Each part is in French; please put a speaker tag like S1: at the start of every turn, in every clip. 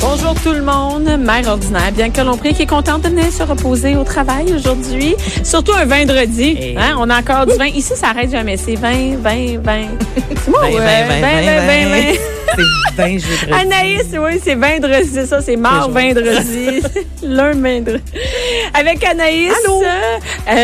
S1: Bonjour tout le monde, mère ordinaire, bien que l'on prie, qui est contente de venir se reposer au travail aujourd'hui, surtout un vendredi. Hein, on a encore du vin. Ici, ça arrête jamais. C'est 20, 20, 20. C'est moi,
S2: Vin,
S1: ouais,
S2: vin,
S3: ben,
S2: vin,
S1: vin, vin, vin.
S2: ben, C'est bien jeudi.
S1: Anaïs, oui, c'est vendredi, c'est ça, c'est mort vendredi. L'un vendredi. Avec Anaïs,
S2: Allô?
S1: euh,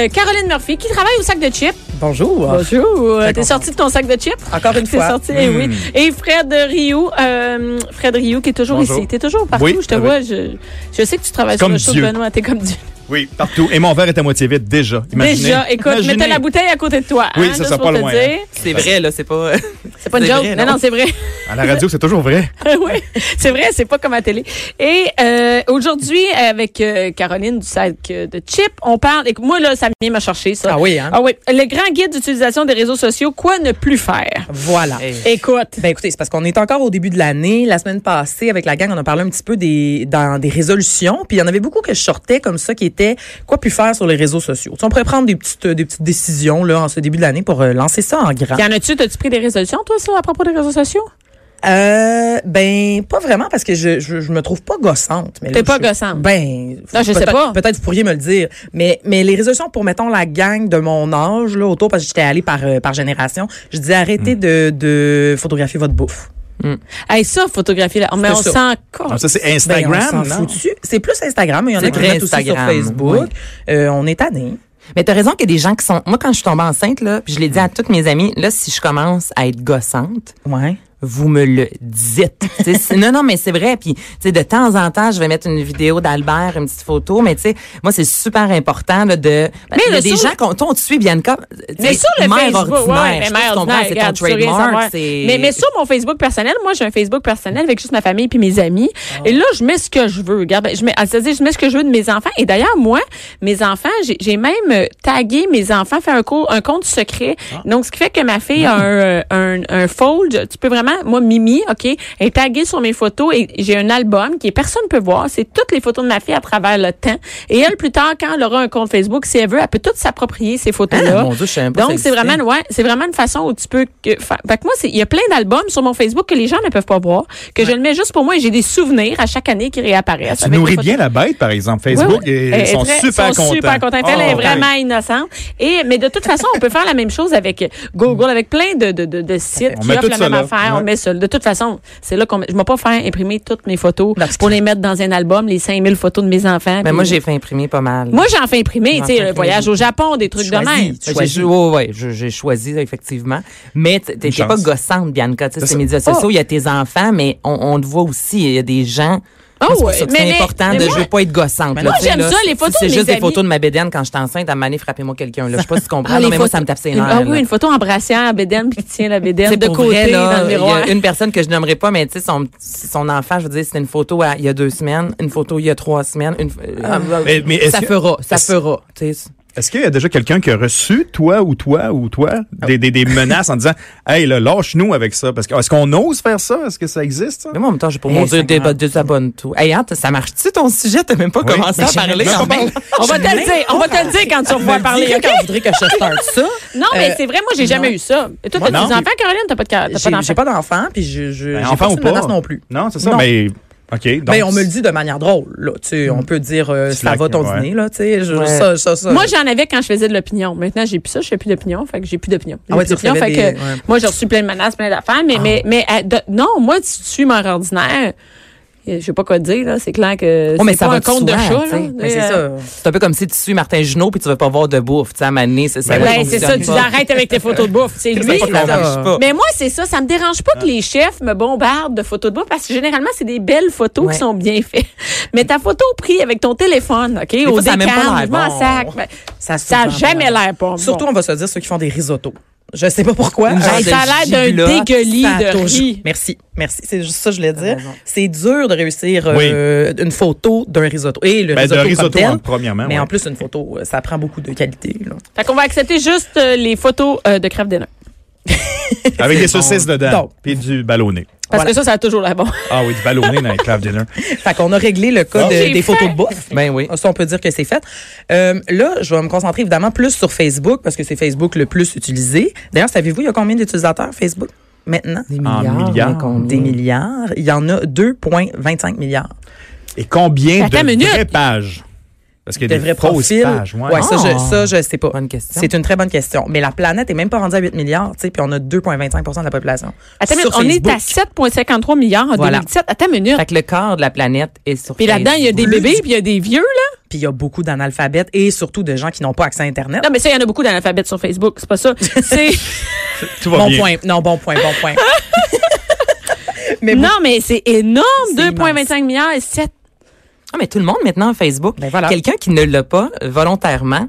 S1: euh, Caroline Murphy, qui travaille au sac de chips.
S2: Bonjour.
S1: Bonjour.
S2: Très
S1: T'es
S2: contente.
S1: sorti de ton sac de chips?
S2: Encore une
S1: T'es
S2: fois.
S1: sorti, eh oui.
S2: Mm.
S1: Et Fred Rioux, euh, Fred Rioux qui est toujours
S4: Bonjour.
S1: ici. T'es toujours partout,
S4: Oui,
S1: je te
S4: avec-
S1: vois. Je, je sais que tu travailles sur
S4: Comme
S1: le show de
S4: Dieu.
S1: Benoît, t'es comme Dieu.
S4: Oui, partout. Et mon verre est à moitié vide, déjà. Imaginez.
S1: Déjà, écoute,
S4: Imaginez.
S1: mettez la bouteille à côté de toi.
S4: Oui,
S1: hein,
S4: ça
S1: juste
S4: sera
S1: pour
S4: pas
S1: te
S4: loin,
S1: dire.
S2: C'est vrai, là, c'est pas.
S1: C'est pas une
S2: C'est
S1: joke.
S2: vrai,
S1: non,
S2: non?
S1: non, c'est vrai.
S4: À la radio, c'est toujours vrai.
S1: oui, c'est vrai, c'est pas comme à télé. Et euh, aujourd'hui, avec euh, Caroline du sac euh, de Chip, on parle. Et moi, là, ça vient me chercher, ça.
S3: Ah oui, hein?
S1: Ah oui. Le grand guide d'utilisation des réseaux sociaux, quoi ne plus faire?
S3: Voilà.
S2: Hey.
S1: Écoute.
S3: Ben écoutez, c'est parce qu'on est encore au début de l'année. La semaine passée, avec la gang, on a parlé un petit peu des dans des résolutions. Puis il y en avait beaucoup que je sortais comme ça qui étaient quoi plus faire sur les réseaux sociaux. Tu sais, on pourrait prendre des petites euh, des petites décisions là en ce début de l'année pour euh, lancer ça en
S4: Hein?
S3: grand.
S1: Y en a-tu, t'as-tu pris des résolutions, toi, ça, à propos des réseaux sociaux?
S3: Euh, ben pas vraiment parce que je, je, je me trouve pas gossante. mais là,
S1: T'es pas
S3: je-
S1: gossante.
S3: Ben
S1: Hein. Non, je sais
S3: peut-être-
S1: pas.
S3: Peut-être vous pourriez me le dire. Mais mais les résolutions pour mettons la gang de mon âge là autour parce que j'étais allée par euh, par génération. Je disais
S4: Mm.
S3: arrêtez de de photographier votre bouffe.
S1: Hey, ça, photographier, là. Mais on
S3: ça.
S1: s'en
S4: Comme
S1: colle.
S4: ça, Ah. c'est
S3: Ben, on
S4: Instagram,
S3: s'en
S4: non?
S3: fout dessus. C'est plus Instagram, mais il y en
S2: C'est
S3: a qui le
S2: très
S3: mettent aussi sur
S2: Instagram,
S3: Facebook.
S2: oui.
S3: Euh, on est tanné.
S2: Mais t'as raison qu'il y a des gens qui sont. Moi, quand je suis tombée enceinte, là, puis je l'ai dit
S1: Mm.
S2: à toutes mes amies, là, si je commence à être gossante,
S3: Ouais.
S2: vous me le dites. Tu sais, c'est- non, non, mais c'est vrai. Puis, tu sais, de temps en temps, je vais mettre une vidéo d'Albert, une petite photo. Mais, tu sais, moi, c'est super important là, de. Mais il y
S1: le
S2: a des
S1: sur-
S2: gens qu'on toi, on te suit, Bianca. tu
S1: Mais
S2: sais,
S1: sur le
S2: mère
S1: Facebook,
S2: ordinaire.
S1: ouais,
S2: Je
S1: mais
S2: trouve
S1: mère
S2: ton
S1: ordinaire,
S2: nom, c'est ton
S1: regarde, tu veux rien savoir.
S2: trademark. c'est-
S1: mais, mais sur mon Facebook personnel, moi, j'ai un Facebook personnel avec juste ma famille puis mes amis. Et là, je mets ce que je veux. Regarde, ben, je mets, ah, c'est-à-dire, je mets ce que je veux de mes enfants. Et d'ailleurs, moi, mes enfants, j'ai, j'ai même euh, tagué mes enfants, fait un, co- un compte secret.
S2: Ah.
S1: Donc, ce qui fait que ma fille a un, euh, un, un fold. Tu peux vraiment, moi, Mimi, OK, est taguée sur mes photos et j'ai un album qui est- personne ne peut voir. C'est toutes les photos de ma fille à travers le temps. Et elle, plus tard, quand elle aura un compte Facebook, si elle veut, elle peut toute s'approprier ces photos-là.
S2: Ah, mon Dieu, je savais pas
S1: Donc,
S2: que ça
S1: c'est vraiment,
S2: existait.
S1: ouais, c'est vraiment une façon où tu peux. Que, fa- fait que moi, c'est- il y a plein d'albums sur mon Facebook que les gens ne peuvent pas voir, que je le mets juste pour moi et j'ai des souvenirs à chaque année qui réapparaissent.
S4: Ah, Tu
S1: avec des
S4: nourris
S1: photos.
S4: bien la bête, par exemple.
S1: Oui,
S4: Facebook,
S1: oui.
S4: et-
S1: Elle
S4: ils
S1: est
S4: sont
S1: très-
S4: super
S1: sont
S4: contents.
S1: super contents. Elle
S4: Oh,
S1: est
S4: ouais.
S1: vraiment innocente. Et, mais de toute façon, on peut faire la même chose avec Google, avec plein de, de, de, de sites
S4: On
S1: qui
S4: met
S1: offrent
S4: tout
S1: la
S4: ça
S1: même
S4: là.
S1: affaire. On
S4: Ouais.
S1: met ça. De toute façon, c'est là qu'on met- Je ne vais pas faire imprimer toutes mes photos pour les mettre dans un album, les 5000 photos de mes enfants.
S2: Mais
S1: puis-
S2: Ben, moi, j'ai fait imprimer pas mal.
S1: Moi, j'en fais imprimer,
S2: J'en
S1: tu
S2: fais
S1: sais, le
S2: imprimer.
S1: voyage au Japon, des trucs de
S3: Choisis,
S1: même.
S3: tu
S2: Ben, J'ai
S3: choisis.
S2: ouais, ouais, je- j'ai choisi, effectivement. Mais t- t'es t'es
S4: chance.
S2: pas gossante, Bianca. Tu sais,
S4: C'est
S2: ces
S4: ça.
S2: médias
S1: Oh!
S2: sociaux, il y a tes enfants, mais on, on te voit aussi, il y a des gens.
S1: Ah
S2: Moi, c'est pour
S1: ouais,
S2: ça que
S1: mais- mais-
S2: c'est important
S1: mais
S2: de
S1: moi-
S2: je veux pas être gossante. là,
S1: moi,
S2: tu sais,
S1: j'aime
S2: là.
S1: ça, les photos
S2: C'est
S1: de
S2: juste
S1: mes
S2: des photos
S1: amis.
S2: de ma bédaine quand j'étais enceinte. À maner, frappez-moi quelqu'un. là. Je sais pas si tu comprends.
S1: Ah,
S2: non,
S1: les
S2: mais moi,
S1: photos-
S2: ça me tape ses
S1: Une-
S2: nerfs.
S1: Ah oui,
S2: là.
S1: une photo embrassée à la bédaine puis qui tient la bédaine
S2: C'est
S1: de
S2: pour
S1: côté
S2: vrai, là,
S1: dans le miroir.
S2: Il y a une personne que je nommerai pas, mais tu sais, son, son enfant, je veux dire, c'était une photo à- il y a deux semaines, une photo il y a trois semaines, une, euh,
S1: Ah,
S4: Mais- mais est-ce
S2: ça
S4: que-
S2: fera, ça
S4: est-ce-
S2: fera, tu sais.
S4: Est-ce qu'il y a déjà quelqu'un qui a reçu, toi ou toi ou toi,
S3: Ah.
S4: des, des, des menaces en disant Hey, là, lâche-nous avec ça? Parce que est-ce qu'on ose faire ça? Est-ce que ça existe? ça?
S2: Mais moi, en même temps, j'ai pas
S3: Eh,
S2: mon dieu,
S3: cinquante.
S2: débat- désabonne-toi. Hey, Anne, ça marche-tu ton sujet? T'as même pas
S4: Oui.
S2: commencé
S4: Mais
S2: à
S4: j'ai
S2: parler Ben,
S4: même pas
S2: quand même.
S1: On va te le dire, on va te le dire quand tu vas parler.
S3: Dirais
S1: OK?
S3: quand vous voudrez que je starte ça.
S1: Non, mais c'est vrai, moi, j'ai jamais eu ça. Et toi, t'as des
S4: Moi, non.
S1: enfants, Caroline? T'as pas de ca- t'as
S3: J'ai
S1: pas
S3: j'ai
S1: d'enfants?
S3: pas d'enfant, puis je, je
S4: Ben,
S3: j'ai
S4: enfant
S3: pas
S4: ou
S3: de
S4: pas?
S3: menace non plus.
S4: Non, c'est ça.
S3: Non.
S4: Mais, OK. Donc,
S3: Ben, on me le dit de manière drôle. Là, tu sais, On peut dire euh, ça
S4: Slack,
S3: va ton
S4: ouais.
S3: dîner. Là, tu sais, je,
S2: Ouais.
S3: ça, ça, ça.
S1: Moi, j'en avais quand je faisais de l'opinion. Maintenant, j'ai plus ça, je fais plus d'opinion. Fait que j'ai plus d'opinion. J'ai
S3: Ah ouais,
S1: plus
S3: tu
S1: d'opinion,
S3: recevais
S1: fait
S3: des-
S1: que
S3: ouais.
S1: Moi, j'ai reçu plein de menaces, plein d'affaires. Mais, mais, mais, euh, de- non, moi, si tu suis mère ordinaire, euh, je sais pas quoi te dire, là. C'est clair que
S2: mais
S1: c'est
S2: ça
S1: pas
S2: va
S1: un
S2: de
S1: compte de
S2: soi,
S1: chat,
S2: tu sais.
S1: là.
S3: Ben, c'est
S1: Euh,
S3: ça.
S2: C'est un peu comme si tu suis Martin Junot puis tu veux pas voir de bouffe, tu sais, à un moment donné, c'est ça.
S4: Ben
S1: Ouais, c'est ça, tu dis
S2: fonctionne pas.
S1: arrête avec tes photos de bouffe. C'est lui.
S2: Ça
S3: là.
S2: marche pas.
S1: Mais moi, c'est ça. Ça me dérange pas que les chefs me bombardent de photos de bois parce que généralement, c'est des belles photos
S2: Ouais.
S1: qui sont bien faites. Mais ta photo prise avec ton téléphone, OK, au
S2: fois, ça a même pas
S1: décalme,
S2: l'air
S1: je m'en
S2: bon.
S1: sac. ben,
S3: Ça a
S1: ça a
S3: souvent pas
S1: jamais
S3: l'air.
S1: l'air bon.
S3: Surtout,
S1: Bon.
S3: on va se dire ceux qui font des risottos. Je sais pas pourquoi.
S2: Une genre
S1: Hey,
S2: de
S1: ça a l'air d'un
S2: giblotte,
S1: dégueulis
S3: Ça
S1: de
S3: touche.
S1: riz.
S3: Merci, merci. C'est juste ça que je voulais dire.
S2: raison.
S3: C'est dur de réussir euh, une photo d'un risotto. Et le
S4: Ben,
S3: risotto,
S4: de risotto,
S3: comme tel,
S4: en- premièrement,
S3: Mais
S4: ouais.
S3: en plus, une photo, euh, ça prend beaucoup de qualité. là.
S1: Fait qu'on va accepter juste euh, les photos euh, de crève d'Hénin.
S4: Avec des saucisses dedans.
S3: Donc.
S4: Puis du ballonné.
S1: Parce
S3: Voilà.
S1: que ça, ça a toujours l'air bon.
S4: Ah oui, du ballonné dans les claves dinner.
S3: Fait qu'on a réglé le cas
S1: Ah,
S3: de-
S1: j'ai
S3: des photos
S1: faim.
S3: de bouffe.
S2: Ben oui.
S3: Ça, on peut dire que c'est fait. Euh, là, je vais me concentrer évidemment plus sur Facebook parce que c'est Facebook le plus utilisé. D'ailleurs, savez-vous, il y a combien d'utilisateurs Facebook maintenant?
S2: Des
S4: En
S2: milliards.
S4: milliards.
S2: mais qu'on-
S3: Des milliards. Il y en a 2,25 milliards.
S4: Et combien
S1: Attends une
S4: de
S1: minute.
S4: vraies pages? Parce qu'il y
S3: de
S4: a des
S3: vrais
S4: fausses
S3: profils.
S4: pages. Ouais.
S3: Ouais, ça,
S2: Ah.
S3: je, ça, je sais pas.
S2: Bonne question.
S3: C'est une très bonne question. Mais la planète est même pas rendue à 8 milliards, tu sais, puis on a 2,25 de la population.
S1: Attends, mais
S3: Sur
S1: on est
S3: Facebook.
S1: à 7,53 milliards en
S3: Voilà.
S1: 2017. Attends une minute.
S2: Fait que le corps de la planète est sur
S1: Puis là-dedans, il y a des
S3: Plus
S1: bébés,
S3: du-
S1: puis il y a des vieux, là.
S3: Puis il y a beaucoup d'analphabètes et surtout de gens qui n'ont pas accès à Internet.
S1: Non, mais ça, il y en a beaucoup dans l'alphabet sur Facebook. C'est pas ça. C'est.
S4: Tout va
S3: bon
S4: bien.
S3: point. Non, bon point, bon point. mais bon,
S1: non, mais c'est énorme.
S3: C'est
S1: 2,25 milliards et 7.
S2: Ah, mais tout le monde maintenant a Facebook.
S3: Ben voilà.
S2: Quelqu'un qui ne l'a pas euh, volontairement,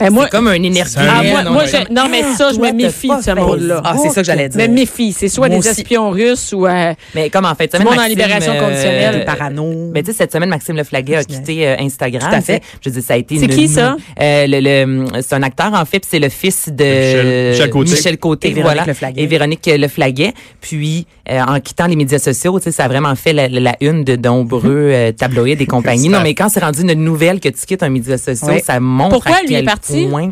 S1: Eh, moi,
S2: c'est comme un énergie.
S4: un-
S1: Ah,
S4: Mais
S1: moi,
S4: non,
S1: moi,
S4: mais-
S1: je- non, mais ça, je
S2: Toi,
S1: me
S2: t'as
S1: méfie
S2: pas
S1: de ce monde-là.
S3: Ah, c'est ça que j'allais dire.
S1: Mais méfie, c'est soit
S3: Moi
S1: des
S3: aussi.
S1: espions russes ou euh,
S2: Mais comme en fait, euh, cette
S1: Du
S2: semaine,
S1: monde en libération conditionnelle.
S3: des parano.
S2: Mais tu sais, cette semaine, Maxime Leflaguet a quitté euh, Instagram.
S3: Tout à fait.
S2: tu sais. Je dis, ça a été.
S1: C'est
S2: une-
S1: qui, ça?
S2: Euh, le, le- c'est un acteur en fait, puis c'est le fils de
S4: Michel- Michel Côté.
S2: Côté,
S3: Et Véronique
S2: voilà,
S3: Leflaguet.
S2: et Véronique Leflaguet. Puis euh, en quittant les médias sociaux, tu sais, ça a vraiment fait la, la- la une de nombreux euh, tabloïds et compagnie. non, mais quand c'est rendu une nouvelle que tu quittes un média social,
S3: Ouais.
S2: ça montre
S1: Pourquoi
S2: à
S1: lui est
S2: quel
S1: parti?
S2: point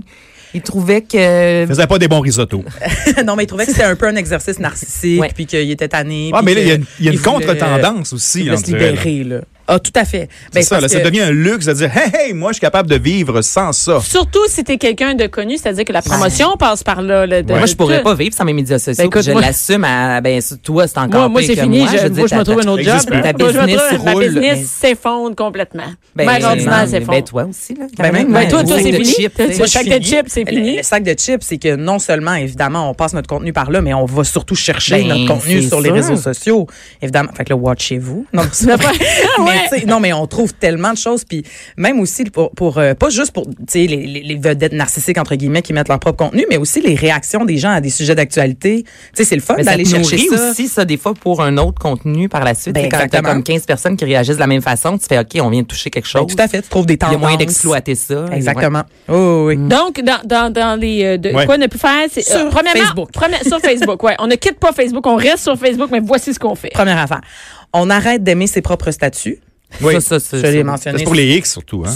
S2: il trouvait que
S4: Faisait pas des bons risottos.
S3: non, mais ils trouvaient que c'était un peu un exercice narcissique,
S2: Ouais.
S3: puis qu'il était tanné.
S4: Ah,
S3: puis
S4: mais là, il y a
S3: que
S4: une, il y a une
S3: voulait-
S4: contre-tendance
S3: il
S4: aussi.
S3: voulait
S4: on
S3: se
S4: dirait, là.
S3: libérer, là. Ah, tout à fait.
S4: C'est
S3: Ben,
S4: ça,
S3: parce
S4: là, ça
S3: que-
S4: devient un luxe de dire Hey, hey, moi, je suis capable de vivre sans ça.
S1: surtout si t'es quelqu'un de connu, c'est-à-dire que la promotion passe par là. là, de-
S2: Moi, je pourrais
S1: de-
S2: pas vivre sans mes médias sociaux.
S1: Ben, écoute,
S2: puis je
S1: moi-
S2: l'assume. à- Ben, sur toi, c'est encore
S1: Moi, moi
S2: pire
S1: c'est
S2: que
S1: fini.
S2: Moi,
S1: je,
S2: veux
S1: moi, je
S2: dire,
S1: me
S2: ta-
S1: trouve un autre job.
S4: existe plus.
S1: Moi,
S2: Ta
S1: je me
S2: business
S1: trouve-
S2: roule,
S1: ma business s'effondre complètement. Ben, ordinaire
S2: ben,
S1: s'effondre.
S2: toi aussi, là.
S3: Ben, même,
S1: Ben, toi,
S3: Ouais,
S1: toi,
S3: c'est
S1: c'est
S3: de
S1: fini.
S2: chips,
S1: Tu
S2: tu sais.
S1: le sac de chips, c'est
S3: Le-
S1: fini.
S3: Le sac de chips, c'est que non seulement, évidemment, on passe notre contenu par là, mais on va surtout chercher
S2: Ben,
S3: notre contenu
S2: c'est
S3: sur les
S2: sûr.
S3: réseaux sociaux. Évidemment. Fait que là, watchez-vous. Non, mais c'est pas vrai. Mais, tu sais, non, mais on trouve tellement de choses. Puis même aussi, pour, pour, euh, pas juste pour tu sais, les, les- les vedettes narcissiques, entre guillemets, qui mettent leur propre contenu, mais aussi les réactions des gens à des sujets d'actualité. Tu sais, c'est le fun
S2: Mais ça
S3: d'aller
S2: te
S3: chercher
S2: nourrit
S3: ça.
S2: Ben, aussi, ça, des fois, pour un autre contenu par la suite.
S3: Ben,
S2: Tu sais, quand t'as
S3: exactement.
S2: comme 15 personnes qui réagissent de la même façon, tu fais, OK, on vient de toucher quelque
S3: Ben,
S2: chose.
S3: tout à fait. Tu trouves des
S2: Il
S3: tendances.
S2: y a moyen Mm. d'exploiter ça. Et
S3: Exactement. Oh, oui.
S1: Donc, dans, dans, dans les. euh, de-
S4: Ouais.
S1: Quoi ne plus faire? c'est, euh,
S3: Sur
S1: premièrement,
S3: Facebook.
S1: première- sur Facebook, ouais. On ne quitte pas Facebook, on reste sur Facebook, mais voici ce qu'on fait.
S3: Première affaire. On arrête d'aimer ses propres statuts.
S4: Oui.
S2: ouais. Ça, ça, ça,
S3: Je l'ai
S2: ça.
S3: mentionné.
S4: C'est pour les X surtout. Hein?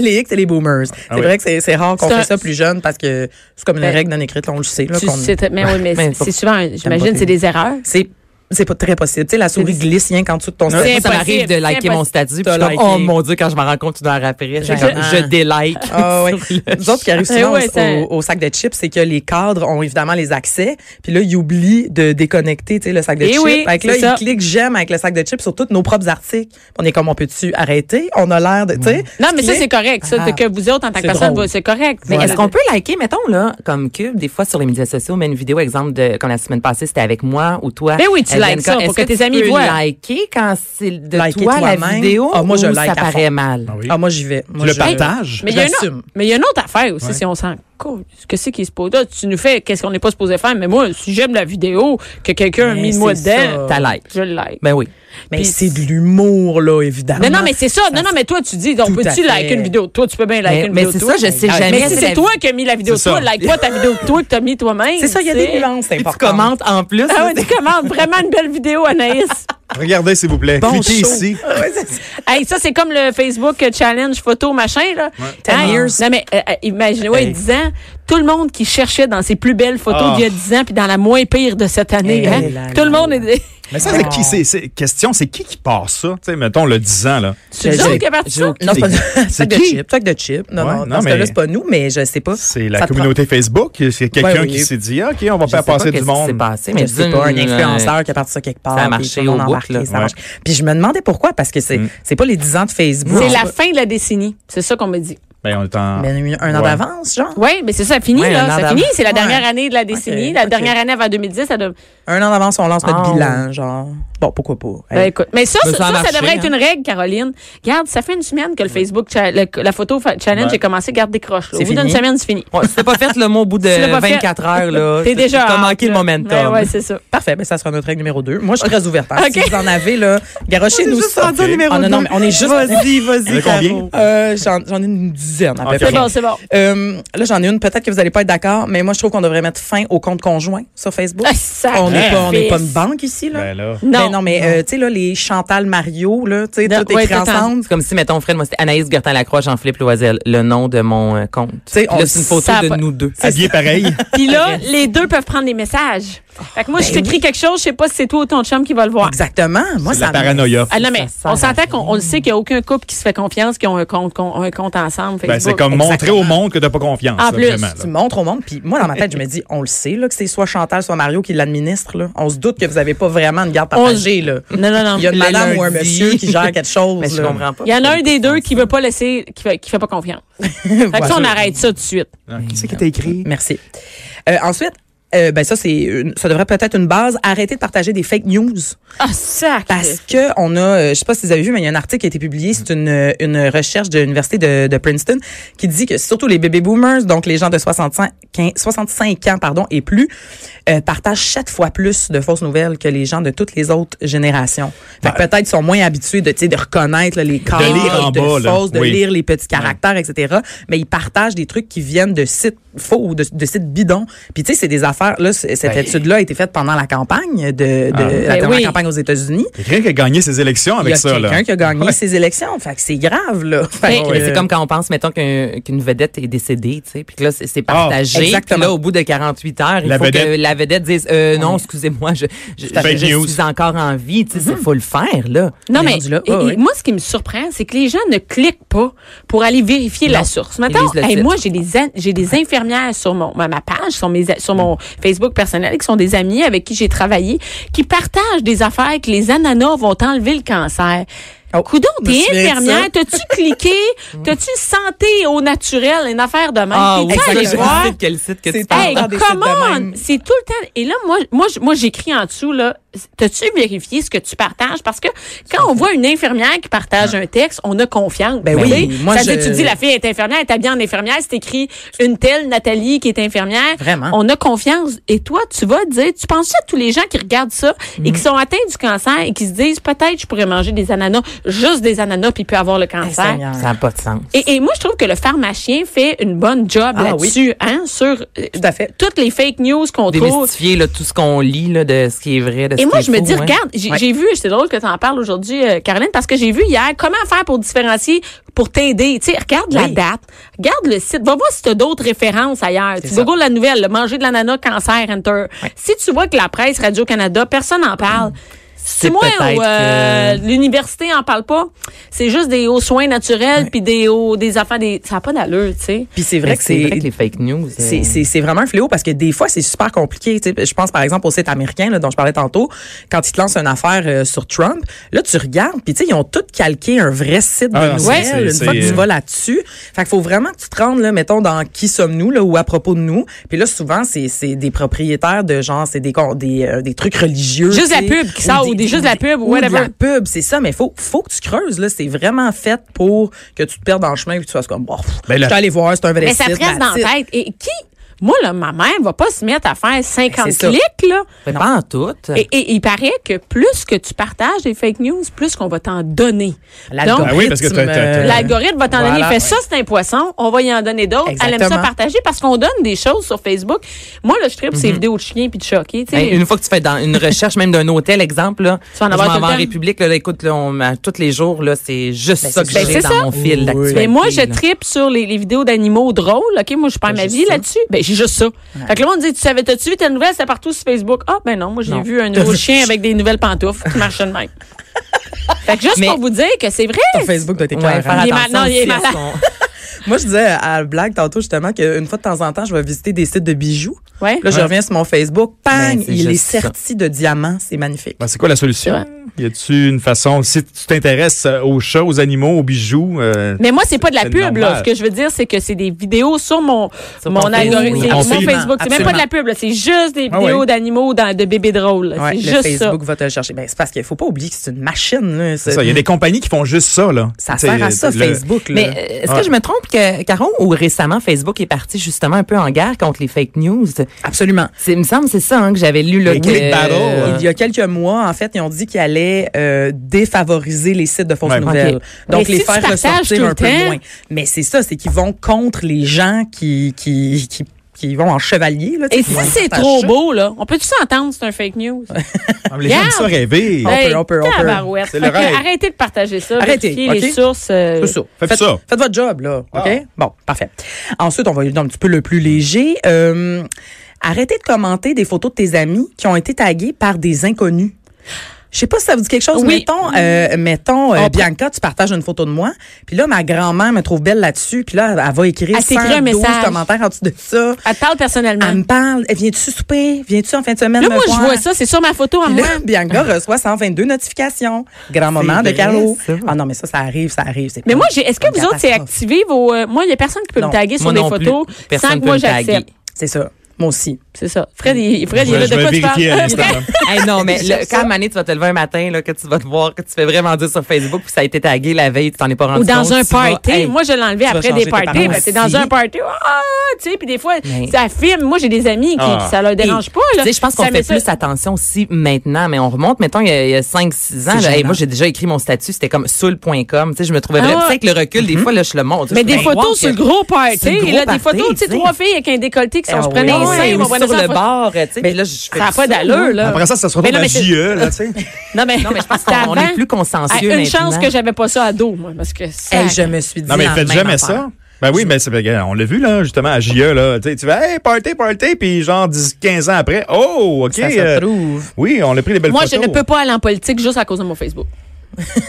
S3: les X et les boomers.
S4: Ah
S3: c'est
S4: oui.
S3: vrai que c'est- c'est rare qu'on
S1: C'est un-
S3: fait ça plus jeune parce que c'est comme une
S1: Ben,
S3: règle non écrite, là, on le sait. là,
S1: Tu
S3: qu'on-
S1: sais, mais oui, mais
S2: Mais
S1: c'est-
S2: faut-
S1: c'est souvent, un- j'imagine,
S3: pas
S1: c'est des erreurs.
S3: C'est c'est pas très possible. Tu sais, la souris glisse rien qu'en dessous de ton
S2: Moi,
S3: statut.
S2: ça
S1: impossible,
S2: m'arrive de
S1: c'est
S2: liker
S1: impossible.
S2: mon statut. puis
S3: T'as
S2: je suis comme,
S3: liké.
S2: oh mon Dieu, quand je me rends compte une heure après, je, suis comme,
S3: Je-
S2: je délike.
S3: Ah oui.
S2: Sur le-
S3: Nous autres, ce qui arrive
S1: Eh
S3: souvent
S1: ouais,
S3: au-
S1: ça-
S3: au, au sac de chips, c'est que les cadres ont évidemment les accès. Puis là, ils oublient de déconnecter tu sais, le sac de
S1: Eh
S3: chips.
S1: oui,
S3: Fait que là,
S1: c'est ça.
S3: ils cliquent j'aime avec le sac de chips sur tous nos propres articles. On est comme, on peut-tu arrêter? On a l'air de... tu sais.
S1: Non, mais ça,
S3: Clique.
S1: c'est correct. Ça,
S3: Ah.
S1: que vous autres, en tant que
S3: C'est
S1: personne,
S3: drôle.
S1: vous- c'est correct.
S2: Mais
S3: Voilà.
S2: est-ce qu'on peut liker, mettons, là, comme Cube, des fois sur les médias sociaux, on met une vidéo, exemple, de, comme la semaine passée, c'était avec moi ou toi.
S1: Ben oui, tu
S2: euh,
S1: likes
S2: Bianca.
S1: ça pour
S2: Est-ce
S1: que tes
S2: tu
S1: amis
S2: peux
S1: voient.
S2: liker quand c'est de
S3: Liker
S2: toi la
S3: toi-même.
S2: vidéo
S3: Ah, moi, je
S2: ou
S3: like
S2: ça
S3: à
S2: paraît
S3: fond.
S2: mal?
S4: Ah oui.
S3: Ah, moi, j'y vais. Moi,
S4: le
S3: je- je-
S4: partage.
S1: Mais il y a une
S3: J'assume.
S1: autre- mais il y a une autre affaire aussi,
S4: Ouais.
S1: si on s'en coule. Qu'est-ce qui se pose là? Tu nous fais qu'est-ce qu'on n'est pas supposé faire, mais moi, si j'aime la vidéo que quelqu'un a
S3: Mais
S1: mis de moi
S3: c'est
S1: dedans,
S2: T'as like.
S1: je le like.
S2: Ben oui.
S3: Mais
S1: Puis-
S3: c'est de l'humour, là, évidemment.
S1: non, non, mais c'est ça. Non, non, mais toi, tu dis, on
S3: Tout
S1: peut-tu
S3: à
S1: liker
S3: fait.
S1: une vidéo de toi? Tu peux bien liker
S2: Mais-
S1: une
S2: mais
S1: vidéo de
S2: c'est
S1: toi.
S2: ça, je sais
S1: Ah,
S2: jamais
S1: Mais si
S2: si
S1: c'est
S2: la-
S1: toi qui as mis la vidéo de
S4: C'est
S1: toi,
S4: ça.
S1: like pas ta vidéo de toi que t'as mis toi-même.
S3: C'est ça, il y a des
S1: c'est-
S3: nuances importantes.
S2: Tu commentes en plus.
S1: Ah
S2: là,
S1: ouais, tu commandes vraiment une belle vidéo, Anaïs.
S4: Regardez, s'il vous plaît.
S3: Bon
S4: Cliquez
S3: show. Ah
S4: ici.
S1: hey, ça, c'est comme le Facebook challenge photo, machin, là.
S3: Ten years.
S1: Non, mais euh, euh, imaginez, ouais,
S2: Hey.
S1: 10 ans, tout le monde qui cherchait dans ses plus belles photos
S4: Ah.
S1: d'il y a 10 ans, puis dans la moins pire de cette année.
S3: Hey,
S1: hein?
S3: là,
S1: tout
S3: là,
S1: le monde est.
S4: Mais ça, c'est
S3: Ah.
S4: qui? C'est, c'est- question, c'est qui qui part ça? Tu sais, mettons, le 10 ans, là.
S1: C'est nous
S3: Je-
S1: autres qui avons parti
S3: Je-
S1: ça?
S3: Non, c'est pas
S4: C'est
S3: sac de
S4: qui?
S3: chips, sac de chips. Non,
S4: Ouais,
S3: non,
S4: non,
S3: dans ce
S4: mais-
S3: cas-là, c'est pas nous, mais je sais pas.
S4: C'est la
S3: Ça te
S4: communauté Facebook. C'est quelqu'un
S3: Ouais, oui.
S4: qui s'est dit, ah, OK, on va
S2: Je sais
S4: faire passer
S2: pas
S4: du
S2: qu'est-ce qui
S4: monde.
S2: s'est passé,
S3: prend-
S2: mais
S3: Je sais pas, un
S2: d'une, euh,
S3: influenceur qui a parti ça quelque part.
S2: ça a
S3: puis tout
S2: marché
S3: le monde
S2: au
S3: a
S2: bout,
S3: embarqué,
S2: là.
S3: ça
S4: Ouais.
S3: marche.
S4: Mm.
S3: Puis je me demandais pourquoi, parce que c'est c'est pas les 10 ans de Facebook.
S1: C'est la fin de la décennie. C'est ça qu'on me dit.
S4: Ben, on est en.
S3: Ben, un an
S4: Ouais.
S3: d'avance, genre?
S1: Oui, mais c'est ça, fini,
S2: Ouais,
S1: là.
S2: un an
S1: Ça finit.
S2: d'avance.
S1: C'est la
S3: Ouais.
S1: dernière année de la décennie.
S3: Ok,
S1: la
S3: ok.
S1: dernière année avant 2010, ça de-
S3: Un an d'avance, on lance notre
S2: Ah,
S3: bilan, genre. Bon, pourquoi pas?
S1: Ben,
S3: Hey.
S1: écoute. Mais ça,
S2: Ben,
S1: ça,
S2: ça a
S1: ça, ça
S2: marché,
S1: devrait être
S2: hein.
S1: une règle, Caroline. Garde, ça fait une semaine que le Facebook, cha- le- la photo fa- challenge
S4: Ouais.
S1: est commencé. Garde, décroche, là. Au
S3: C'est
S1: bout d'une
S3: fini.
S1: semaine, c'est fini.
S2: euh, Ouais, si t'as pas fait le mot au bout de
S1: Tu l'as pas fait.
S2: 24 heures, là.
S1: T'es déjà.
S2: T'as
S1: out,
S2: manqué le
S1: là.
S2: momentum.
S1: Ouais, ouais, c'est ça.
S3: Parfait, ben ça sera notre règle numéro 2. Moi, je suis très ouverte. hein.
S1: Ok.
S3: Si vous en avez, là, garochez-nous ça.
S4: rendu au numéro
S3: Ah, non, non, mais on est juste...
S2: Vas-y, vas-y.
S4: Vous avez combien? Ah,
S2: Caro.
S3: Euh, J'en j'en ai une dizaine, à peu
S4: Ok.
S3: près.
S1: C'est bon, c'est bon.
S3: Euh, là, j'en ai une. Peut-être que vous n'allez pas être d'accord, mais moi, je trouve qu'on devrait mettre fin au compte conjoint sur Facebook.
S1: Ah, sacré
S3: on n'est pas, on n'est pas une
S1: fils.
S3: banque ici, là.
S4: Ben là.
S1: Non.
S3: Ben non, mais euh, tu sais, là, les Chantal Mario, là, tu sais,
S1: Non,
S3: tout écrit
S1: ouais, tout en-
S3: ensemble.
S2: C'est comme si, mettons, Fred, moi, c'était Anaïs Gertin-Lacroix, Jean-Philippe Loisel, le nom de mon euh, compte.
S3: Tu sais, on
S2: Là, c'est une photo
S1: ça a
S2: de
S1: pas-
S2: nous deux.
S4: Habillé pareil.
S1: Puis là, les deux peuvent prendre les messages. Fait que moi,
S2: Ben
S1: je t'écris quelque chose, je sais pas si c'est toi ou ton chum qui va le voir.
S3: Exactement. Moi,
S4: C'est de
S3: ça.
S4: la
S3: me-
S4: paranoïa.
S1: Ah non, mais
S2: Ça sert
S1: on
S2: à
S1: s'entend qu'on on le sait qu'il n'y a aucun couple qui se fait confiance, qui ont un compte, qu'on- un compte ensemble.
S4: Ben, c'est
S1: Facebook.
S4: comme montrer
S3: Exactement.
S4: au monde que t'as pas confiance.
S1: En
S4: là,
S1: plus,
S4: vraiment, là.
S3: Tu montres au monde, puis moi, dans ma tête, je me dis, on le sait, là, que c'est soit Chantal, soit Mario qui l'administre, là. On se doute que vous n'avez pas vraiment une garde
S1: On-
S3: partagée, là.
S1: Non, non, non.
S3: Il y a une
S2: Le
S3: madame ou un
S2: lundi.
S3: monsieur qui gère quelque chose,
S2: Mais je
S3: là.
S2: comprends pas.
S1: Il y en a un des deux qui veut pas laisser, qui fait, qui fait pas confiance. Fait que ça, on arrête ça tout de suite.
S4: Non, Qui c'est qui t'a écrit?
S3: Merci. Euh, ensuite, euh, ben ça, c'est une- ça devrait peut-être une base. Arrêtez de partager des fake news.
S1: Ah, sac!
S3: Parce que on a, euh, je sais pas si vous avez vu, mais il y a un article qui a été publié. C'est une, euh, une recherche de l'université de, de Princeton qui dit que surtout les baby boomers, donc les gens de 65, 15 65 ans pardon et plus, euh, partagent sept fois plus de fausses nouvelles que les gens de toutes les autres générations. Fait que peut-être sont moins habitués de, tu sais, de reconnaître là, les cas de,
S4: Ben. lire en bas, là.
S3: fausses, de
S4: Oui.
S3: lire les petits caractères, etc. Mais ils partagent des trucs qui viennent de sites faux ou de, de sites bidons. Puis tu sais, c'est des affaires. Là, c- cette
S4: Ben.
S3: étude-là a été faite pendant la campagne de, de
S4: Ah.
S3: la,
S1: Ben oui.
S3: la campagne aux États-Unis.
S4: Quelqu'un qui a gagné ses élections
S3: Il y
S4: avec
S3: a
S4: ça, là.
S3: quelqu'un qui a gagné ses élections. Fait que c'est grave, là. Fait
S1: Mais-
S3: que,
S2: Mais
S3: euh,
S2: c'est comme quand on pense, mettons, qu'un- qu'une vedette est décédée, tu sais, puis que là, c'est c'est partagé. Puis
S3: exactement.
S2: là, au bout de 48 heures, il
S4: La
S2: faut
S4: vedette-
S2: que la vedette dise, euh, non, excusez-moi, je, je,
S4: Fake
S2: je
S4: news.
S2: suis encore en vie, tu sais,
S3: Mm-hmm.
S2: il faut le faire, là.
S1: Non,
S3: On est
S1: mais
S3: rendu là.
S1: et-
S3: Ah,
S1: et
S3: ouais.
S1: moi, ce qui me surprend, c'est que les gens ne cliquent pas pour aller vérifier la source. Maintenant,
S2: lisent le titre.
S1: moi, j'ai des, in- j'ai des infirmières sur mon, ma ma page, sur, mes, a- sur mon Facebook personnel, qui sont des amis avec qui j'ai travaillé, qui partagent des affaires que les ananas vont enlever le cancer.
S3: Oh,
S1: Coudon,
S3: je me
S1: t'es
S3: souviens de
S1: infirmière,
S3: ça. Mm.
S1: t'as-tu cliqué, t'as-tu santé au naturel, une affaire de même? T'es-tu
S3: Ah oui, ça,
S1: allée
S3: je
S1: voir?
S3: sais.
S2: quel site que
S3: C'est
S2: tu
S3: parle
S1: Hey,
S3: dans des sites
S1: come
S3: de
S1: on!
S3: même.
S1: C'est tout le temps. Et là, moi, moi, je- moi, j'écris en dessous, là. T'as-tu vérifié ce que tu partages? Parce que quand on voit une infirmière qui partage un texte, on a confiance.
S3: Ben
S1: Tu
S3: oui,
S1: sais,
S3: moi,
S1: ça veut
S3: je-
S1: dire, tu dis, la fille est infirmière, elle est habillée en infirmière, c'est écrit une telle Nathalie qui est infirmière.
S3: Vraiment.
S1: On a confiance. Et toi, tu vas dire, tu penses à tous les gens qui regardent ça
S3: Mhm.
S1: et qui sont atteints du cancer et qui se disent, peut-être, je pourrais manger des ananas, juste des ananas, puis peut avoir le
S3: hey,
S1: cancer.
S3: Seigneur.
S2: Ça n'a pas de sens.
S1: Et, et moi, je trouve que le pharmacien fait une bonne job
S3: Ah
S1: là-dessus, hein, sur euh,
S3: Tout à fait.
S1: toutes les fake news qu'on trouve.
S2: Démystifier là, tout ce qu'on lit là, de ce qui est vrai, de ce
S1: Et moi,
S2: qui
S1: je
S2: est
S1: me
S2: faux,
S1: dis,
S2: hein.
S1: regarde, j'ai
S3: Ouais.
S1: j'ai vu, c'est drôle que tu en parles aujourd'hui, euh, Caroline, parce que j'ai vu hier comment faire pour différencier, pour t'aider. Tu sais, regarde la
S3: Oui.
S1: date, regarde le site, va voir si tu as d'autres références ailleurs. Tu
S3: ça.
S1: googles la nouvelle, le manger de l'ananas, cancer, enter. Si tu vois que la presse, Radio-Canada, personne n'en parle. Si
S2: C'est
S1: moi,
S2: peut-être
S1: ou, euh,
S2: que-
S1: l'université en parle pas, c'est juste des hauts soins naturels puis des hauts, des affaires, des, ça n'a pas d'allure, tu sais.
S3: Puis c'est
S2: Mais
S3: vrai que c'est.
S2: les fake news.
S3: C'est,
S2: euh,
S3: c'est, c'est vraiment un fléau parce que des fois, c'est super compliqué. tu sais. Je pense par exemple au site américain là, dont je parlais tantôt. Quand ils te lancent une affaire euh, sur Trump, là, tu regardes, puis tu sais, ils ont tout calqué un vrai site de
S4: Ah, non, c'est-
S3: nouvelles
S4: c'est-
S3: une
S4: c'est-
S3: fois que tu vas là-dessus. Fait qu'il faut vraiment que tu te rendes, là, mettons, dans qui sommes-nous là, ou à propos de nous. Puis là, souvent, c'est, c'est des propriétaires de genre, c'est des, con- des, euh, des trucs religieux.
S1: Juste
S3: tu
S1: la
S3: sais,
S1: pub qui sort, ou des- juste la pub, ou
S3: de
S1: whatever.
S3: la pub, c'est ça, mais faut, faut que tu creuses. là. C'est vraiment fait pour que tu te perdes en chemin et que tu fasses comme, bon, pff,
S4: Ben,
S3: je
S4: la-
S3: suis allé voir, c'est un vrai
S1: Mais
S3: site.
S1: ça te reste dans
S3: that's it. Ben,
S1: la tête. Et qui? Moi, là, ma mère va pas se mettre à faire 50
S3: c'est ça. Ben.
S1: clics, là.
S2: mais pas en tout. euh.
S1: Et, et il paraît que plus que tu partages des fake news, plus qu'on va t'en donner. Donc,
S4: Ah oui, parce que t'as- t'as- t'as-
S3: euh,
S1: l'algorithme va t'en
S3: voilà,
S1: donner. Il fait
S3: ouais.
S1: ça, c'est un poisson. On va y en donner d'autres. Elle aime ça
S3: Exactement.
S1: partager parce qu'on donne des choses sur Facebook. Moi, là, je tripe
S3: Mhm.
S1: ces vidéos de chiens puis de choqués. tu sais.
S2: Hey, Ben, une fois que tu fais dans une recherche même d'un hôtel, exemple, là,
S1: Tu vas en
S2: je
S1: avoir
S2: m'en
S1: tout le
S2: vais en
S1: temps.
S2: République, là, là, écoute, là, on, à tous les jours, là, c'est juste ça que
S1: c'est-
S2: j'ai
S1: ben,
S2: dans
S1: c'est ça.
S2: mon fil
S3: Oui.
S2: d'actualité,
S1: Mais moi, je
S2: là.
S1: tripe sur les, les vidéos d'animaux drôles. OK, moi, je perds ma
S3: juste
S1: vie
S3: ça.
S1: là-dessus. Ben, j'ai juste ça. Fait que le monde dit, tu savais, t'as-tu vu ta nouvelle? C'était partout sur Facebook. Ah, ben non, moi, j'ai vu un nouveau chien avec des nouvelles pantoufles qui marchait de même. fait que juste
S2: Mais-
S1: pour vous dire que c'est vrai.
S3: Ton Facebook doit être
S2: Ouais,
S3: éclairant.
S2: faire
S1: Il est
S2: attention
S1: mal- non, il est
S2: aussi à
S1: malade.
S2: son-
S3: Moi, je disais à la blague tantôt justement qu'une fois de temps en temps, je vais visiter des sites de bijoux.
S1: Ouais.
S3: Là, je
S4: Ouais.
S3: reviens sur mon Facebook. Pang!
S2: Ben, c'est
S3: il est
S2: juste ça.
S3: serti de diamants. C'est magnifique.
S4: Ben, c'est quoi la solution? Y a-tu une façon, si tu t'intéresses euh, aux chats, aux animaux, aux bijoux, euh,
S1: Mais moi, c'est pas de la
S4: C'est
S1: pub, là.
S4: normal.
S1: Ce que je veux dire, c'est que c'est des vidéos sur mon,
S2: Sur
S1: mon
S2: ton
S1: algorithme,
S2: Facebook.
S1: c'est mon
S4: Absolument,
S1: Facebook. C'est même pas de la pub, là. C'est juste des
S4: Ah
S1: vidéos
S4: ouais.
S1: d'animaux, dans- de bébés drôles. là.
S3: Ouais,
S1: c'est
S3: le
S1: juste
S3: Facebook va te le chercher. Ben, c'est parce qu'il faut pas oublier que c'est une machine. Là.
S4: c'est ça, il y a des compagnies qui font juste ça, là.
S3: Ça
S4: T'sais,
S3: sert à ça,
S4: le-
S3: Facebook. Là.
S2: Mais euh, est-ce
S1: Ah.
S4: Ouais.
S2: que je me trompe, que, Caron, ou récemment, Facebook est parti justement un peu en guerre contre les fake news?
S3: Absolument.
S2: C'est, il me semble, c'est ça hein, que j'avais lu. Là,
S4: Les
S2: que-
S4: click battles.
S2: euh,
S1: hein.
S3: Il y a quelques mois, en fait, ils ont dit qu'ils allaient euh, défavoriser les sites de fausses
S4: Ouais.
S3: nouvelles.
S2: Ok.
S3: Donc,
S1: Mais
S3: les
S1: si tu
S3: faire
S1: partages tout
S3: ressortir
S1: le
S3: un peu
S1: temps-
S3: loin. Mais c'est ça, c'est qu'ils vont contre les gens qui, qui, qui, qui vont en chevalier. Là,
S1: ça. Et
S3: tu sais, qui
S1: si
S3: vont
S1: c'est
S3: partager
S1: trop
S3: ça.
S1: beau, là, on peut-tu s'entendre, c'est un fake news?
S4: Ah, mais Les gens aiment ça
S1: Regarde.
S4: rêver.
S3: Ouais.
S1: Hey,
S3: on peut, on peut.
S1: tabarouette.
S4: C'est le
S1: Fait que
S4: rêve.
S1: Arrêtez de partager ça.
S3: Arrêtez,
S1: Vérifiez les
S3: OK?
S1: sources. euh,
S3: C'est ça.
S4: Faites
S3: Faites,
S4: ça.
S3: faites votre job, là.
S4: Ah.
S3: OK? Bon, parfait. Ensuite, on va aller dans un petit peu le plus léger. Euh, arrêtez de commenter des photos de tes amis qui ont été tagués par des inconnus. Je sais pas si ça vous dit quelque chose.
S1: Oui.
S3: Mettons, euh, mettons euh,
S1: On prend-
S3: Bianca, tu partages une photo de moi. Puis là, ma grand-mère me trouve belle là-dessus. Puis là, elle- elle va écrire
S1: Elle t'écrit un
S3: 112
S1: message.
S3: commentaires en dessous de ça.
S1: Elle te parle personnellement.
S3: Elle me parle. Eh, Viens-tu souper? Viens-tu en fin de semaine
S1: Là,
S3: me
S1: moi, je
S3: voir?
S1: vois ça. C'est sur ma photo à
S3: Puis
S1: moi.
S3: là, Bianca reçoit 122 notifications. Grand-maman de
S2: C'est
S3: Caro.
S2: vrai, ça.
S3: Ah non, mais ça, ça arrive, ça arrive. C'est
S1: Mais
S3: pas-
S1: moi, j'ai, est-ce que
S3: une
S1: vous autres, c'est
S3: catastrophe.
S1: activé vos, euh, moi, il y a personne qui peut
S3: Non,
S1: me taguer sur
S2: moi
S1: des
S2: non plus.
S1: photos
S2: Personne
S1: sans que
S2: peut
S1: moi
S2: me taguer.
S1: j'accepte.
S3: C'est ça. Moi aussi.
S1: C'est ça. Fred, il, Fred, il est
S4: Je,
S1: là
S4: je
S1: de
S4: vais
S1: quoi tu
S4: vérifier à
S1: parles?
S4: l'instant. là.
S2: Hey, non, mais le-
S1: J'aime ça.
S2: quand Mané, tu vas te lever un matin, là, que tu vas te voir, que tu fais vraiment dire sur Facebook, puis ça a été tagué la veille, tu t'en es pas rendu
S1: Ou dans
S2: compte,
S1: un
S2: tu vas-
S1: party.
S2: Hey,
S1: moi, je l'enlevais
S3: vas
S1: après
S3: changer
S1: des
S3: tes
S1: parties.
S3: parents
S1: Ben, c'est
S3: aussi.
S1: dans un party. Ah, tu sais, puis des fois,
S2: Mais-
S1: ça filme. Moi, j'ai des amis qui,
S4: Ah.
S1: ça leur dérange pas,
S2: Tu
S1: là.
S2: sais, je pense qu'on
S1: Ça met
S2: fait
S1: ça-
S2: plus attention aussi maintenant, mais on remonte, mettons, il y a, 5-6 ans.
S3: C'est
S2: là, hey,
S3: gênant.
S2: moi, j'ai déjà écrit mon statut, c'était comme soul.com. Tu sais, je me trouvais
S1: Ah
S2: vraiment.
S1: ouais.
S2: Tu sais, avec le recul, des fois, là, je le montre.
S1: Mais
S2: Je
S1: des
S2: fais, wow,
S1: photos sur le
S2: que-
S1: gros party.
S2: sur le
S1: Et là,
S2: gros
S1: des photos,
S2: party,
S1: tu sais,
S2: tu sais.
S1: trois filles avec un décolleté qui
S2: Ah
S1: sont se
S2: oui,
S1: prenaient
S2: oui,
S1: un sein.
S2: ou
S1: on va
S2: sur
S1: dans un
S2: le
S1: photo.
S2: bar, tu sais. puis là, je- je fais
S1: Ça n'a
S2: du
S1: pas
S2: soul,
S1: d'allure, là.
S4: Après ça, ça se
S1: Mais
S4: retrouve
S1: non,
S4: à
S1: mais c'est-
S4: JE, là, tu sais.
S1: Non, mais,
S2: Non, mais je pense qu'on on est plus
S1: Ah,
S2: consciencieux
S1: Une
S2: maintenant.
S1: chance que j'avais pas ça à dos, moi, parce que ça.
S3: Hey, je me suis dit.
S4: Non, mais
S3: la
S4: faites
S3: même
S4: jamais
S3: affaire.
S4: ça. Ben oui, mais c'est, regarde, on l'a vu, là, justement, à JE, là. Tu sais, tu fais, hey, party, party, puis genre 10, 15 ans après, oh, OK.
S3: Ça se
S4: euh,
S3: trouve.
S4: oui, on a pris des belles
S1: Moi, je
S4: photos.
S1: ne peux pas aller en politique juste à cause de mon Facebook.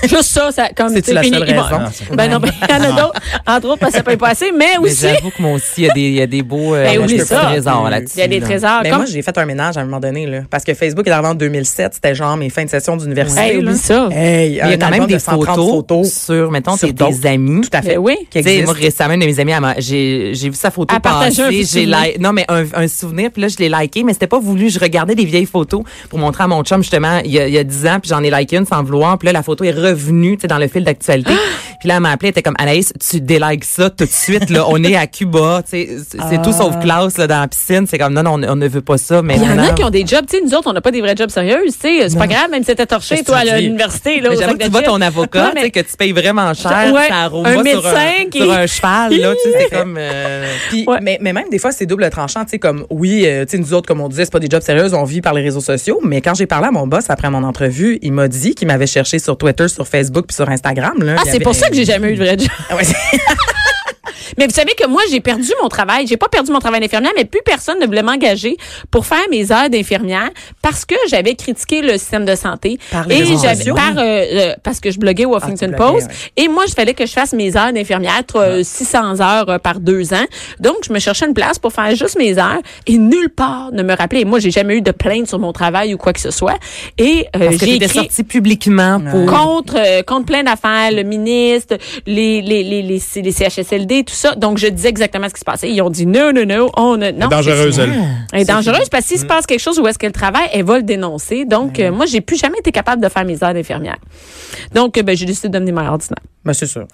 S1: juste ça, ça comme
S3: C'est-tu
S1: tu sais,
S3: la
S1: fini,
S3: seule
S1: ils vont-
S3: raison? Ah,
S1: Ben non, ben, il y en a d'autres. Entre autres, parce que ça peut y passer, mais
S2: Mais
S1: aussi,
S2: j'avoue que moi aussi, il y a des- il y, a des beaux euh,
S1: Ben, oublie
S2: je peux pas
S1: ça.
S2: de trésors là-dessus.
S1: il y a des
S2: là.
S1: trésors.
S3: Mais
S1: comme...
S3: euh, ben, moi, j'ai fait un ménage à un moment donné, là. Parce que Facebook est arrivé en 2007. C'était genre mes fins de session d'université.
S1: Hey,
S3: là.
S1: oublie ça.
S3: Hey,
S2: Mais Il y a
S3: un
S2: quand même
S3: album
S2: des
S3: de 130
S2: photos, sur, mettons,
S3: sur
S2: tes-
S3: d'autres.
S2: tes amis.
S3: Tout à fait.
S1: Ben oui.
S3: Qui
S2: Tu sais,
S3: existent.
S2: moi, récemment, une de mes amies, elle m'a- j'ai j'ai vu sa photo
S1: Elle partageait un
S2: passer. J'ai
S1: souvenir.
S2: li- Non, mais un, un souvenir, puis là, je l'ai liké, mais c'était pas voulu. Je regardais des vieilles photos pour montrer à mon chum, justement, il y a, il y a 10 ans, puis j'en ai liké une sans vouloir. Puis là, la photo est revenue, tu sais, dans le fil d'actualité. puis là, elle m'a appelé, elle était comme, Anaïs, tu délikes ça tout de suite, là. On est à Cuba, tu sais, c'est c'est tout sauf classe, là, dans la piscine. C'est comme, non, non, on, on ne veut pas ça, mais
S1: Ah. Il y en a
S2: non.
S1: qui ont des jobs, tu sais, nous autres, on n'a pas des vrais jobs sérieux, tu sais, c'est pas grave, même si t'étais torché,
S3: Qu'est-ce
S1: toi,
S3: que tu
S1: à
S3: dis?
S1: l'université, là,
S2: Mais
S1: au
S2: j'avoue
S1: sac
S2: que tu
S1: de
S2: vois
S1: chips.
S2: ton
S1: Non,
S2: avocat, tu
S1: mais-
S2: sais, que tu payes vraiment cher,
S1: Ouais,
S2: ça arromba
S1: un
S2: sur,
S1: médecin
S2: un,
S1: qui-
S2: sur un cheval, là, tu sais, c'est comme... euh,
S3: Puis,
S1: Ouais.
S3: mais, mais même des fois, c'est double tranchant. Tu sais, comme, oui, euh, tu sais, nous autres, comme on disait, c'est pas des jobs sérieux, on vit par les réseaux sociaux. Mais quand j'ai parlé à mon boss après mon entrevue, il m'a dit qu'il m'avait cherché sur Twitter, sur Facebook, puis sur Instagram. Là.
S1: Ah,
S3: Il
S1: c'est
S3: avait-
S1: pour ça que j'ai jamais eu de vrai job.
S3: Ah ouais, c'est-
S1: Mais vous savez que moi, j'ai perdu mon travail. J'ai pas perdu mon travail d'infirmière, mais plus personne ne voulait m'engager pour faire mes heures d'infirmière parce que j'avais critiqué le système de santé.
S3: Par les
S1: et
S3: réseaux
S1: j'avais,
S3: sociaux. Ah,
S1: par, euh, euh, parce que je bloguais au Washington
S3: tu bloguais, Ah.
S1: Post. Et moi, je fallait que je fasse mes heures d'infirmière, euh, 600 heures euh, par deux ans. Donc, je me cherchais une place pour faire juste mes heures et nulle part ne me rappelait. Et Moi, j'ai jamais eu de plainte sur mon travail ou quoi que ce soit. Et euh,
S2: Parce que
S1: j'ai
S2: t'étais
S1: écrit
S2: sorti publiquement pour...
S1: contre euh, contre plein d'affaires, le ministre, les les, les les C- les CHSLD, tout ça. Donc je disais exactement ce qui se passait. Ils ont dit non non non, on ne- non.
S4: Dangereuse,
S1: c'est-
S4: elle.
S1: Elle est dangereuse parce que s'il se passe quelque chose où est-ce qu'elle travaille, elle va le dénoncer. Donc euh, moi j'ai plus jamais été capable de faire mes heures d'infirmière. Donc euh, ben, j'ai décidé de devenir mère ordinaire.
S3: Ben, c'est sûr.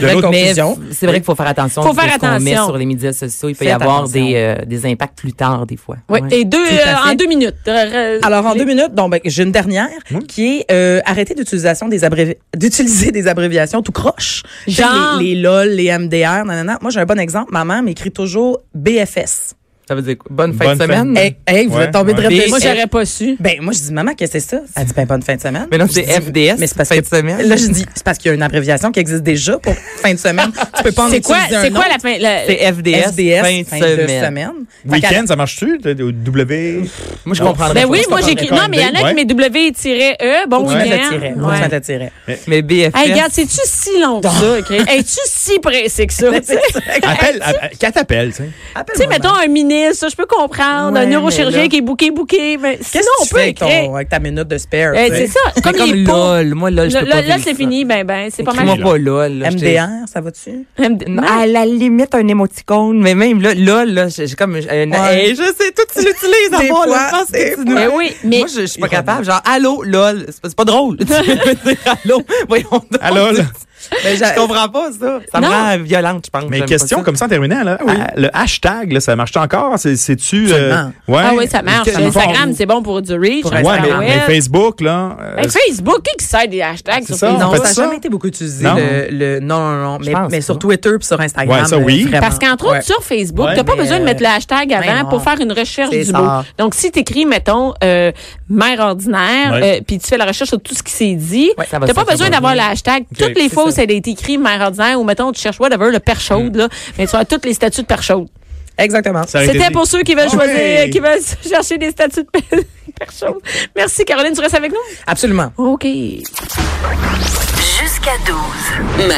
S4: De l'autre-
S2: Mais
S3: conclusion.
S2: c'est vrai qu'il faut faire attention
S1: Faut
S2: de
S1: faire
S2: ce qu'on met
S1: attention.
S2: sur les médias sociaux. Il peut y
S3: Faites
S2: avoir
S3: attention.
S2: des, euh, des impacts plus tard, des fois.
S1: Oui.
S2: Ouais.
S1: Et deux
S3: à
S1: euh, en
S3: fait.
S1: deux minutes. Euh,
S3: Alors, en
S1: les-
S3: deux minutes, donc, ben, j'ai une dernière qui est euh, arrêter d'utilisation des abrévi- d'utiliser des abréviations tout croche.
S1: Genre?
S3: Les, les LOL, les MDR, nanana. Moi, j'ai un bon exemple. Ma mère m'écrit toujours BFS.
S2: Ça veut dire quoi? Bonne fin
S4: Bonne
S2: de semaine?
S4: fin.
S3: Hey, hey, vous
S4: Ouais,
S3: êtes tombé
S4: ouais.
S3: de rêve.
S1: Moi j'aurais pas su.
S3: Ben, moi, je dis, maman, qu'est-ce que c'est ça? Elle dit, ben, bonne fin de semaine.
S2: Mais non, c'est
S3: Je dis,
S2: FDS,
S3: Mais c'est parce
S2: fin
S3: que,
S2: de semaine.
S3: Là, je dis, c'est parce qu'il y a une abréviation qui existe déjà pour fin de semaine. tu peux pas en
S1: C'est quoi
S3: utiliser un
S1: c'est quoi
S3: autre.
S1: la fin la-
S2: C'est FDS,
S3: FDS,
S2: fin, de semaine.
S3: Fait qu'elle-
S4: Week-end, ça marche-tu? T'as des W.
S2: Moi, je comprendrais
S1: ben
S2: pas
S1: oui,
S2: ça.
S1: moi
S4: qu'on
S1: j'écris.
S4: aurait
S1: Non, mais il y en a
S4: pas
S1: qui met W-E, bon
S3: Faut que tu mettes le
S1: week-end.
S3: tiret. Faut que tu
S1: Ouais.
S3: mettes le tiret.
S2: Mais BFF,
S1: Hey, regarde, c'est-tu si long que ça, écrire? Es-tu si pressé que ça? tu sais?
S4: Appelle, appelle- qu'elle t'appelle, tu sais.
S1: Tu sais, mettons un minet, pénis, ça, je peux comprendre.
S3: Ouais,
S1: un
S3: mais
S1: neurochirurgien
S3: là-
S1: qui est bouqué, bouqué. Mais sinon,
S3: Qu'est-ce
S1: on
S3: que tu
S1: peut
S3: fais avec, ton-
S1: écrire.
S3: avec ta minute de spare?
S1: Eh,
S3: tu sais?
S1: c'est ça, comme
S2: comme
S1: les pauvres.
S2: LOL. Moi, LOL, je
S1: Là,
S2: peux pas
S1: là, là,
S2: vivre
S1: c'est
S2: ça.
S1: fini. Ben, ben, c'est pas
S2: Écris-moi
S1: mal.
S4: Écris-le.
S2: pas LOL. là, je t'ai-
S3: MDR, ça va-tu?
S1: Non.
S2: À la limite, un émoticône, mais même là, LOL, là, j'ai j'ai comme. un-
S3: Ouais.
S2: Eh, je sais, toi, tu l'utilises à
S3: Des
S2: fond,
S3: fois,
S2: là, je pense que
S3: des
S2: tu
S3: fois.
S2: nous-
S1: Mais Eh oui, mais
S2: Moi, je, je suis pas capable. Genre, allô, lol. C'est pas, c'est pas drôle. tu veux dire allô. Voyons donc.
S4: Allô, là.
S3: Ben, j'a-
S2: Je comprends pas ça. Ça me
S1: Non.
S2: rend violente, je pense.
S4: Mais
S2: J'aime
S4: question
S2: pas ça.
S4: comme ça en terminant, là, Ah, le hashtag, là, ça marche encore? C'est- C'est-tu... euh,
S3: Absolument.
S4: ouais.
S1: ah oui, ça marche.
S4: Quel-
S1: Instagram,
S4: Ouais,
S1: c'est bon pour du reach.
S3: Pour
S4: mais-
S3: Instagram,
S4: mais,
S1: Instagram.
S4: Facebook, là... euh,
S1: Ben, Facebook, qui qui sait des hashtags
S4: C'est
S1: sur
S4: ça, on
S1: Facebook?
S3: Non,
S4: fait
S3: ça n'a
S4: ça?
S3: jamais été beaucoup utilisé.
S4: Non.
S3: Le, le- non, non, non. Mais,
S2: pense
S3: mais
S2: pas.
S3: sur Twitter puis sur Instagram.
S4: Ouais, ça,
S3: euh,
S4: oui.
S3: vraiment.
S1: Parce qu'entre
S3: Ouais.
S1: autres, sur Facebook,
S4: Ouais,
S1: t'as pas
S3: mais,
S1: besoin de mettre le hashtag
S3: ben
S1: avant
S3: non.
S1: pour faire une recherche
S3: C'est
S1: du
S3: ça.
S1: mot. Donc, si t'écris, mettons, euh, mère ordinaire,
S4: Ouais.
S1: euh, puis tu fais la recherche sur tout ce qui s'est dit,
S2: Ouais, ça va
S1: t'as pas
S2: sortir
S1: besoin
S2: de
S1: d'avoir le hashtag. toutes les
S2: c'est
S1: fois où
S2: ça.
S1: ça a été écrit mère ordinaire, ou mettons, tu cherches whatever, le père chaude, là, mais tu as toutes les statuts de père chaude.
S3: Exactement.
S4: ça a été
S1: C'était
S4: dit.
S1: pour ceux qui veulent
S4: Ah
S1: choisir,
S4: ouais.
S1: qui veulent chercher des statuts de père père chaude. Merci, Caroline,
S2: Ah,
S1: tu restes avec nous?
S3: Absolument.
S1: OK.
S5: Jusqu'à 12. Mère